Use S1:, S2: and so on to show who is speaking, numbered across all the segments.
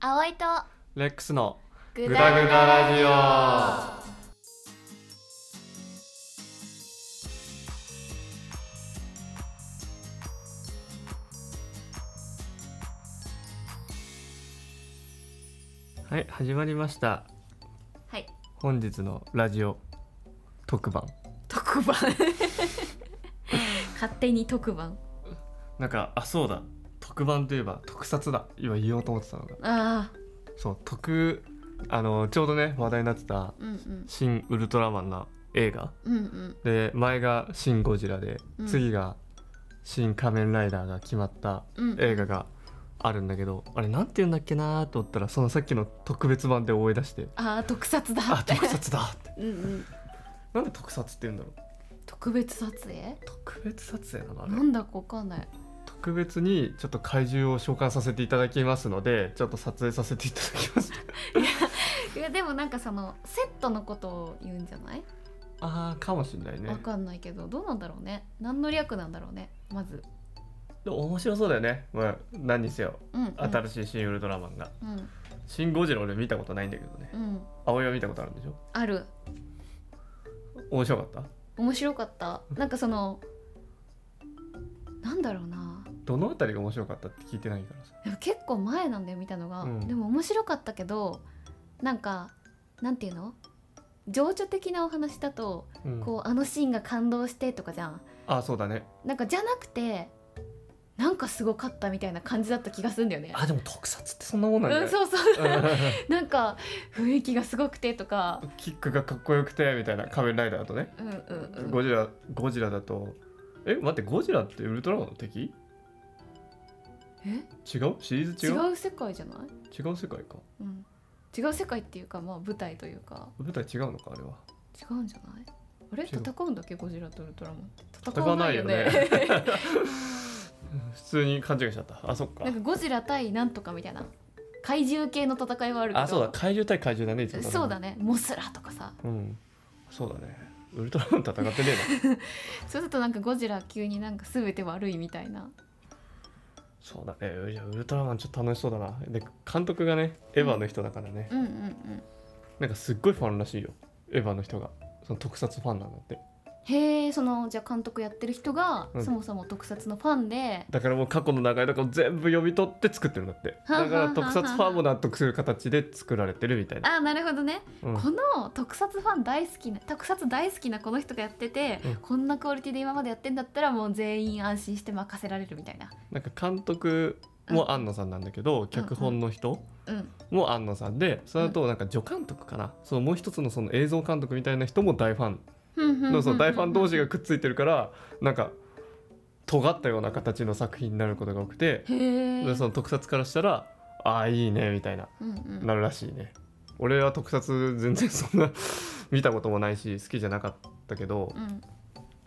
S1: 葵と
S2: レックスの
S1: グ
S2: グダグダラジオはい始まりました
S1: はい
S2: 本日のラジオ特番
S1: 特番 勝手に特番
S2: なんかあそうだ特番といえば特撮だ今言おうと思ってたのが
S1: ああ
S2: そう特あのちょうどね話題になってた
S1: うん
S2: 「新ウルトラマン」の映画
S1: うんうんうん
S2: で前が「新ゴジラで」
S1: うん
S2: 次が「新仮面ライダー」が決まった
S1: うん
S2: 映画があるんだけど、あれなんて言うんだっけなーと思ったらそのさっきの特別版で思い出して
S1: ああ特撮だ
S2: 「あ特撮だ」って
S1: うんうん
S2: なんで特撮って言うんだろう
S1: 特別撮影
S2: 特別撮影なのあれ
S1: なんだかわかんない
S2: 特別にちょっと怪獣を召喚させていただきますのでちょっと撮影させていただきます
S1: いやでもなんかそのセットのことを言うんじゃない
S2: あーかもしんないね
S1: わかんないけどどうなんだろうね何の略なんだろうねまず
S2: でも面白そうだよね、まあ、何にせよ
S1: うんうん
S2: 新しい「新ウルトラマンが」
S1: うん
S2: 新ゴジラ」俺見たことないんだけどね
S1: うん
S2: 葵は見たことあるんでしょ
S1: ある
S2: 面白かった
S1: 面白かったなんかそのなんだろうな
S2: どのあたりが面白かったって聞いてないからさ
S1: でも結構前なんだよ見たのが、
S2: うん
S1: でも面白かったけどなんかなんていうの情緒的なお話だと、
S2: うん
S1: こうあのシーンが感動してとかじゃん
S2: あそうだね
S1: なんかじゃなくてなんかすごかったみたいな感じだった気がするんだよね。
S2: あでも特撮ってそんなもんなんじゃ
S1: う
S2: ない
S1: ん、そうそう
S2: う
S1: なんか雰囲気がすごくてとか
S2: ん キックがかっこよくてみたいな仮面ライダーだとね、
S1: うんうんうん
S2: ゴジラゴジラだとえ待ってゴジラってウルトラマンの敵
S1: え
S2: 違うシリーズ
S1: 違
S2: 違う
S1: う世界じゃない、
S2: 違う世界か
S1: うん、違う世界っていうかまあ舞台というか
S2: 舞台違うのかあれは
S1: 違うんじゃないあれ
S2: 違
S1: 戦
S2: う
S1: うんだっけゴジラとウルトラマンって
S2: 戦わないよね
S1: 戦わないよね
S2: 普通に勘違いしちゃったあそっか
S1: なんかゴジラ対なんとかみたいな怪獣系の戦いはあるけど
S2: あそうだ怪獣対怪獣だねいつも
S1: そうだねモスラとかさ
S2: うんそうだねウルトラマン戦ってねえな
S1: そうするとなんかゴジラ急になんか全て悪いみたいな
S2: そうだねいやウルトラマンちょっと楽しそうだなで監督がねエヴァの人だからね、
S1: うんうんうん
S2: なんかすっごいファンらしいよエヴァの人がその特撮ファンなんだって
S1: へえそのじゃあ監督やってる人が、
S2: うん
S1: そもそも特撮のファンで
S2: だからもう過去の流れとかを全部読み取って作ってるんだって
S1: はあ
S2: だか
S1: はあ
S2: ら
S1: はあ
S2: 特撮ファンも納得する形で作られてるみたいな、
S1: ああなるほどね、
S2: うん
S1: この特撮ファン大好きな特撮大好きなこの人がやってて、
S2: うん
S1: こんなクオリティで今までやってんだったらもう全員安心して任せられるみたいな
S2: なんか監督も庵野さんなんだけど、脚本の人
S1: うん
S2: も庵野さんでその後なんか助監督かな、そのもう一つのその映像監督みたいな人も大ファン
S1: ふんふんふんふ
S2: の
S1: ん
S2: その大ファン同士がくっついてるからなんか尖ったような形の作品になることが多くて
S1: へえ
S2: でその特撮からしたらああいいねみたいな
S1: うんうん
S2: なるらしいね俺は特撮全然そんな 見たこともないし好きじゃなかったけど
S1: うん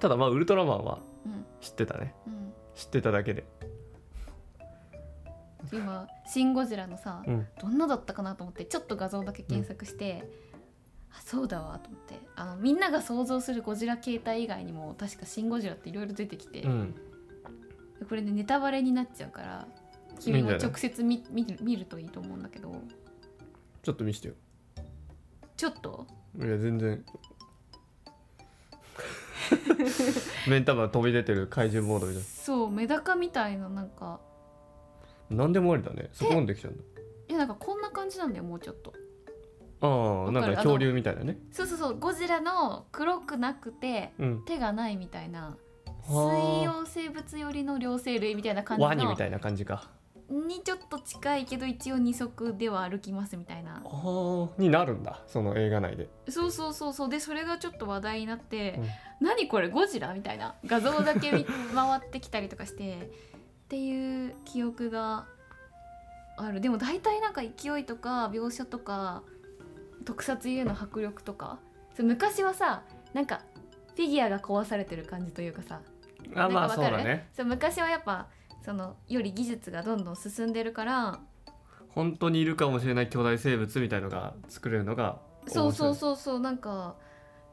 S2: ただまあウルトラマンは
S1: うん
S2: 知ってたね
S1: うん
S2: 知ってただけで
S1: 今「シン・ゴジラ」のさ、
S2: うん
S1: どんなだったかなと思ってちょっと画像だけ検索して、あそうだわと思ってあのみんなが想像するゴジラ形態以外にも確か「シン・ゴジラ」っていろいろ出てきて、
S2: うん
S1: これねネタバレになっちゃうから
S2: いい
S1: 君
S2: ん
S1: も
S2: じゃない
S1: 直接見見る見るといいと思うんだけど
S2: ちょっと見してよ
S1: ちょっと
S2: いや全然 目ん玉飛び出てる怪獣モードみたい
S1: そうメダカみたいななんか
S2: な何でもありだねそこまでできちゃうんだ
S1: いやなんかこんな感じなんだよもうちょっと
S2: ああ
S1: わ
S2: な
S1: かる
S2: んか恐竜みたいなね
S1: そうそうそうゴジラの黒くなくて
S2: うん
S1: 手がないみたいな水
S2: は
S1: 溶生物寄りの両生類みたいな
S2: あ
S1: 感じの
S2: ワニみたいな感じか
S1: にちょっと近いけど一応二足では歩きますみたいな
S2: あーになるんだその映画内で
S1: そうそうそうそうでそれがちょっと話題になって
S2: うん
S1: 「何これゴジラ?」みたいな画像だけ見回ってきたりとかしてっていう記憶があるでも大体なんか勢いとか描写とか特撮ゆえの迫力とかそう昔はさなんかフィギュアが壊されてる感じというかさ
S2: あ
S1: な
S2: まあ
S1: んか
S2: そう
S1: わかる
S2: だね
S1: そう昔はやっぱそのより技術がどんどん進んでるから
S2: 本当にいるかもしれない巨大生物みたいのが作れるのが
S1: そうそ
S2: 面白いう
S1: そうそうなんか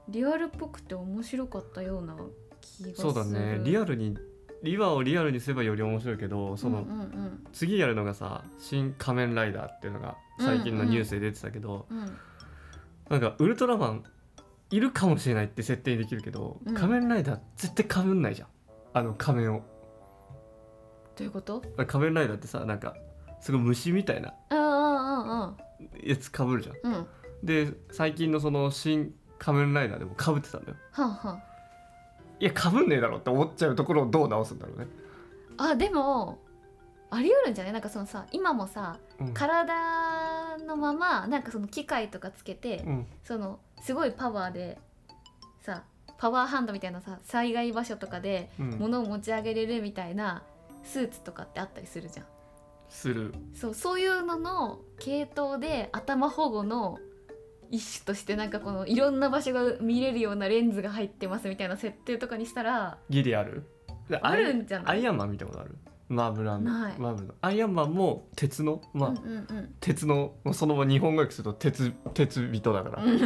S1: リアルっぽくて面白かったような気がする
S2: そうだねリアルにリワをリアルにすればより面白いけどその、
S1: うんうん
S2: 次やるのがさ「新仮面ライダー」っていうのが最近のニュースで出てたけど、
S1: うんうん
S2: なんかウルトラマンいるかもしれないって設定にできるけど、
S1: うん
S2: 仮面ライダー絶対かぶんないじゃんあの仮面を
S1: どういうこと
S2: 仮面ライダーってさなんかすごい虫みたいな
S1: うんうんうん
S2: やつかぶるじゃん
S1: うんうんは
S2: で最近のその「新仮面ライダー」でもかぶってたんだよ
S1: あはい
S2: やかぶんねえだろって思っちゃうところをどう直すんだろうね、
S1: ああでもあり得るんじゃないなんかそのさ今もさ
S2: うん
S1: 体のままなんかその機械とかつけて
S2: うん
S1: そのすごいパワーでさパワーハンドみたいなさ災害場所とかで
S2: うん、
S1: 物を持ち上げれるみたいなスーツとかってあったりするじゃん
S2: する
S1: そうそういうのの系統で頭保護の一種としてなんかこのいろんな場所が見れるようなレンズが入ってますみたいな設定とかにしたら
S2: ギリある
S1: あるんじゃない
S2: アイアンマン見たことあるマーブランド
S1: ない
S2: マーブルのアイアンマンも鉄のまあ、
S1: うんうんうん
S2: 鉄のもうそのまま日本語訳すると鉄鉄人だから、
S1: うん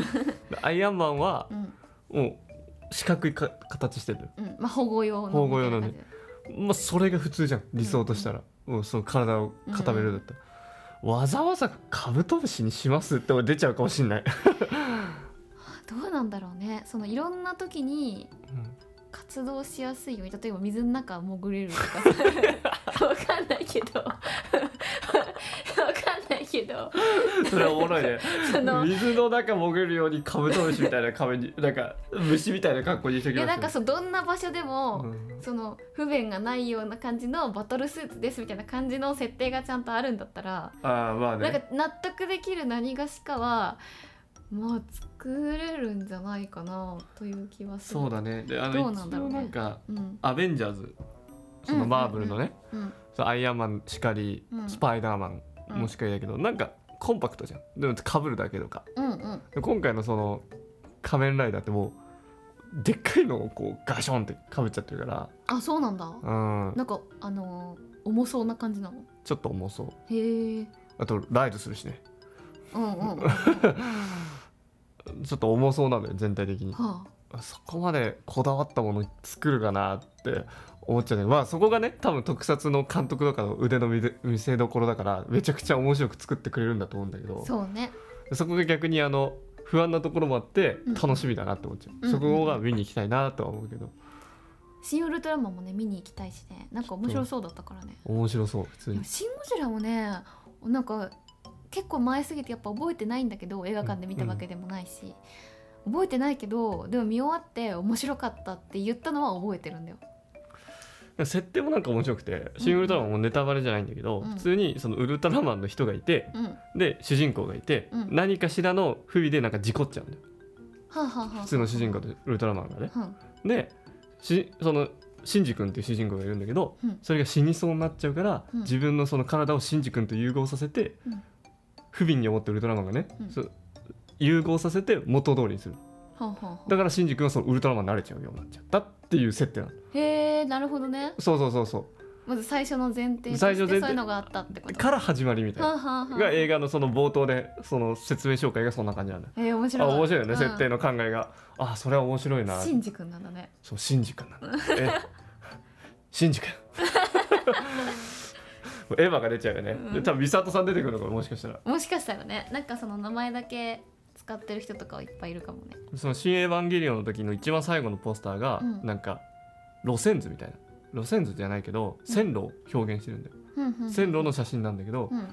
S2: アイアンマンは
S1: うん
S2: もう四角いか形してる
S1: うんまあ保護用の
S2: 保護用のね
S1: みたいな感
S2: まあそれが普通じゃん理想としたら、もうその体を固めるだったら、わざわざカブトムシにしますって俺出ちゃうかもしんない、
S1: じどうなんだろうねそのいろんな時に活動しやすいように例えば水の中潜れるとかわかんないけどわかんないけど
S2: それはおもろいね
S1: その
S2: 水の中潜るようにカブトムシみたいな壁になんか虫みたいな格好にして
S1: い
S2: きま
S1: や
S2: す
S1: なんかそうどんな場所でも、
S2: うん
S1: その不便がないような感じのバトルスーツですみたいな感じの設定がちゃんとあるんだったら、
S2: ああまあね
S1: なんか納得できる何がしかはもう作れるんじゃないかなという気はする。
S2: そうだねであの
S1: どうなんだろうね
S2: 一応なんか
S1: うん
S2: アベンジャーズそ
S1: うんうん
S2: の
S1: うん
S2: マーブルのね、
S1: うん
S2: そうアイアンマンしかり、
S1: うん
S2: スパイダーマン
S1: うん
S2: もしかりだけど、なんかコンパクトじゃんでもかぶるだけとか
S1: うんうん
S2: で今回のその仮面ライダーってもうでっかいのをこうガションってかぶっちゃってるか
S1: あそうなんだ。
S2: ら、うん、
S1: なんかあのー重そうな感じなの。
S2: ちょっと重そう
S1: へえ。
S2: あとライドするしね
S1: うんうん。 は
S2: ちょっと重そうなのよ全体的に
S1: あ。
S2: そこまでこだわったもの作るかなって思っちゃうねまあそこがね多分特撮の監督とかの腕の見で見せどころだからめちゃくちゃ面白く作ってくれるんだと思うんだけど
S1: そうね。
S2: そこが逆にあの不安なところもあって
S1: うん
S2: 楽しみだなって思っちゃう、
S1: うん
S2: そこが見に行きたいなとは思うけど
S1: 新ウルトラマンもね見に行きたいしね。なんか面白そうだったからね。
S2: 面白そう普通
S1: い
S2: に
S1: やシン・ゴジラもねなんか結構前すぎてやっぱ覚えてないんだけど映画館で見たわけでもないし、覚えてないけどでも見終わって面白かったって言ったのは覚えてるんだよ。
S2: 設定もなんか面白くて「シン・ウルトラマン」もネタバレじゃないんだけど、
S1: うん
S2: 普通にそのウルトラマンの人がいて
S1: うん、は
S2: で主人公がいて、
S1: うん
S2: 何かしらの不備でなんか事故っちゃうんだよ
S1: あ、はあはあ、
S2: 普通の主人公とウルトラマンがね。
S1: うん、は
S2: でしそのシンジ君っていう主人公がいるんだけど、
S1: うん
S2: それが死にそうになっちゃうから、
S1: うん
S2: 自分のその体をシンジ君と融合させて、
S1: うん
S2: 不憫に思ってウルトラマンがね、
S1: うん
S2: そう融合させて元通りにする
S1: あはあは
S2: だからシンジ君はそのウルトラマンになれちゃうようになっちゃったっていう設定なの
S1: あ、へえなるほどね
S2: そうそうそうそ
S1: まず最初の前提として
S2: 最初前提
S1: そういうのがあったってこ
S2: う
S1: と。
S2: から始まりみたい
S1: はあ
S2: な、
S1: はあはあ、
S2: が映画のその冒頭でその説明紹介がそんな感じなんだよ
S1: えー面白
S2: あ
S1: い
S2: 面白いよね、
S1: うん
S2: 設定の考えがあそれは面白いな
S1: シンジ君なんだね
S2: そう、シンジ君なの。え シンジ君。 もうエヴァが出ちゃうよね。
S1: うん
S2: で多分ミサトさん出てくるのかももしかしたら。
S1: もしかしたらねなんかその名前だけ使ってる人とかはいっぱいいるかもね
S2: その新エヴァンゲリオンの時の一番最後のポスターが、
S1: うん
S2: なんか路線図みたいな。路線図じゃないけど線路を表現してるんだよ、
S1: うんうんうん
S2: 線路の写真なんだけど、
S1: うん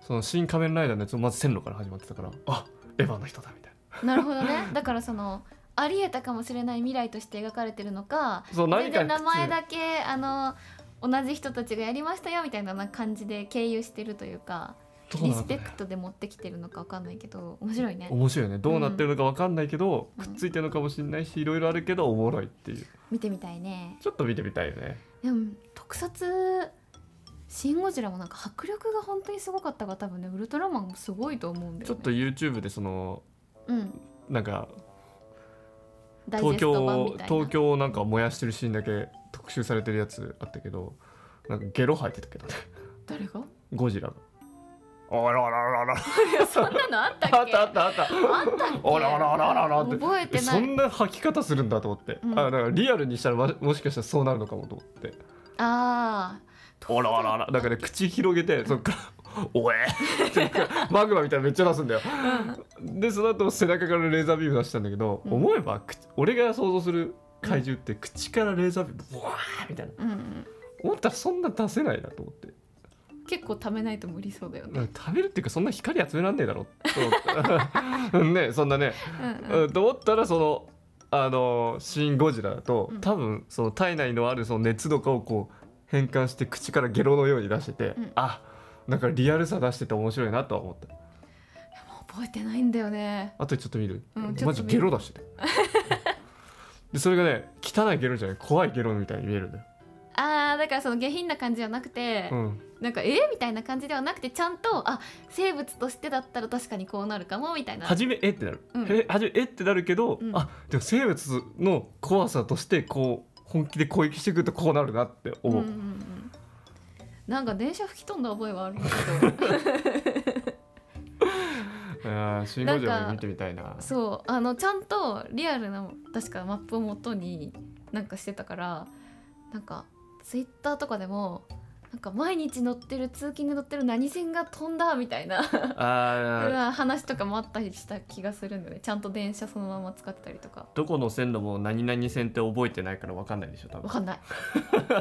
S2: その新仮面ライダーのやつもまず線路から始まってたからあエヴァの人だみたい
S1: なるほどねだからそのありえたかもしれない未来として描かれてるのか
S2: なそう何
S1: 全
S2: か
S1: 然
S2: に
S1: 名前だけあの同じ人たちがやりましたよみたいな感じで経由してるというか
S2: どう
S1: リ
S2: な
S1: ス
S2: んだ
S1: ペ
S2: ろう
S1: クトで持ってきてるのかわかんないけど面白いね
S2: 面白いよねどうなってるのか分かんないけど、
S1: うん
S2: くっついてるのかもしれないしいろいろあるけどおもろいっていう
S1: 見てみたいね
S2: ちょっと見てみたいよね
S1: でも特撮「シン・ゴジラ」もなんか迫力が本当にすごかったから多分ねウルトラマンもすごいと思うんだよ、ね、
S2: ちょっと YouTube でその
S1: うん
S2: なんか
S1: ダイジェ
S2: 東
S1: スト版
S2: 京
S1: みたいな
S2: 東京をなんか燃やしてるシーンだけ特集されてるやつあったけどなんかゲロ吐いてたけどね
S1: 誰が
S2: ゴジラが。おらおらおらおら
S1: いや そんなのあった
S2: あ
S1: っ
S2: っ
S1: け
S2: たあったあった
S1: あったっけ
S2: おらおらおらおらおらって
S1: 覚えて
S2: え
S1: な
S2: そ
S1: い
S2: んな吐き方するんだと思って、
S1: うん
S2: あだからリアルにしたらまもしかしたらそうなるのかもと思って
S1: ああ
S2: おらおらおらだから、ね、口広げてそっから「おえ!」 ってマグマみたいなのめっちゃ出すんだよでその後背中からレーザービーム出したんだけど、
S1: うん
S2: 思えば口俺が想像する怪獣って口からレーザービームうわーみたいな
S1: うんうん、
S2: 思ったらそんな出せないなと思って
S1: 結構貯めないと無理そうだよね、
S2: 食べるっていうかそんな光集めらんねえだろ と思ってねそんなね、
S1: うんうん
S2: うん、と思ったらそのあの「シン・ゴジラ」だと、
S1: うん
S2: 多分その体内のあるその熱とかをこう変換して口からゲロのように出してて、
S1: うん
S2: あなんかリアルさ出してて面白いなとは思った
S1: 覚えてないんだよね
S2: あとでちょっと見る、
S1: うんちょ
S2: マ
S1: っと
S2: ジ
S1: 見る
S2: ゲロ出しててでそれがね汚いゲロじゃない怖いゲロみたいに見えるんだよ、
S1: あーだからその下品な感じじゃなくて、
S2: うん、
S1: なんかえー、みたいな感じではなくてちゃんとあ生物としてだったら確かにこうなるかもみたいな
S2: 初めえってなる、
S1: うん
S2: え初めえってなるけど、
S1: うん
S2: あでも生物の怖さとしてこう本気で攻撃してくるとこうなるなって思う、
S1: うんうんうんなんか電車吹き飛んだ覚えはあるんだけど
S2: あーシン・ゴジラも見てみたいな
S1: そうあのちゃんとリアルな確かマップを元になんかしてたからなんかツイッターとかでもなんか毎日乗ってる通勤で乗ってる何線が飛んだみたいな
S2: あー
S1: 話とかもあったりした気がするんだよねちゃんと電車そのまま使ってたりとか
S2: どこの線路も何々線って覚えてないから分かんないでしょ多
S1: わ
S2: 分
S1: かんない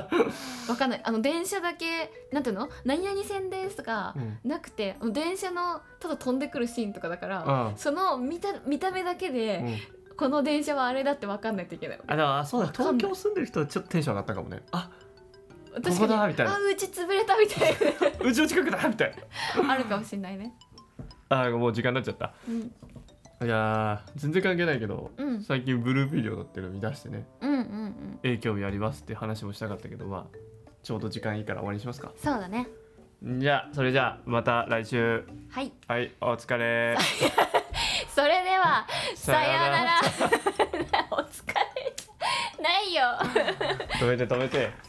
S1: わかんないあの電車だけなんていうの何々線ですとか
S2: うん
S1: なくてもう電車のただ飛んでくるシーンとかだから、
S2: あ
S1: その見た見た目だけ
S2: あ,、う
S1: で、
S2: ん、
S1: この電車はあれだって分かんないといけない
S2: あでもあそうだ
S1: かんない
S2: 東京住んでる人はちょっとテンション上がったかもねあ
S1: 確
S2: ここだ
S1: か
S2: み
S1: に
S2: たいな
S1: あうち潰れたみたいう
S2: ちの近くだみたい
S1: なあるかもしれないね
S2: なあーもう時間になっちゃった
S1: うん
S2: いやー全然関係ないけど、
S1: うん
S2: 最近ブルービデオだっていうの見出してね
S1: うんうんうん
S2: えー興味ありますって話もしたかったけどまあちょうど時間いいから終わりにしますか
S1: そうだね
S2: じゃあそれじゃあまた来週
S1: はい
S2: はいお疲れ
S1: それではさよう ならお疲れないよ
S2: 止めて止めて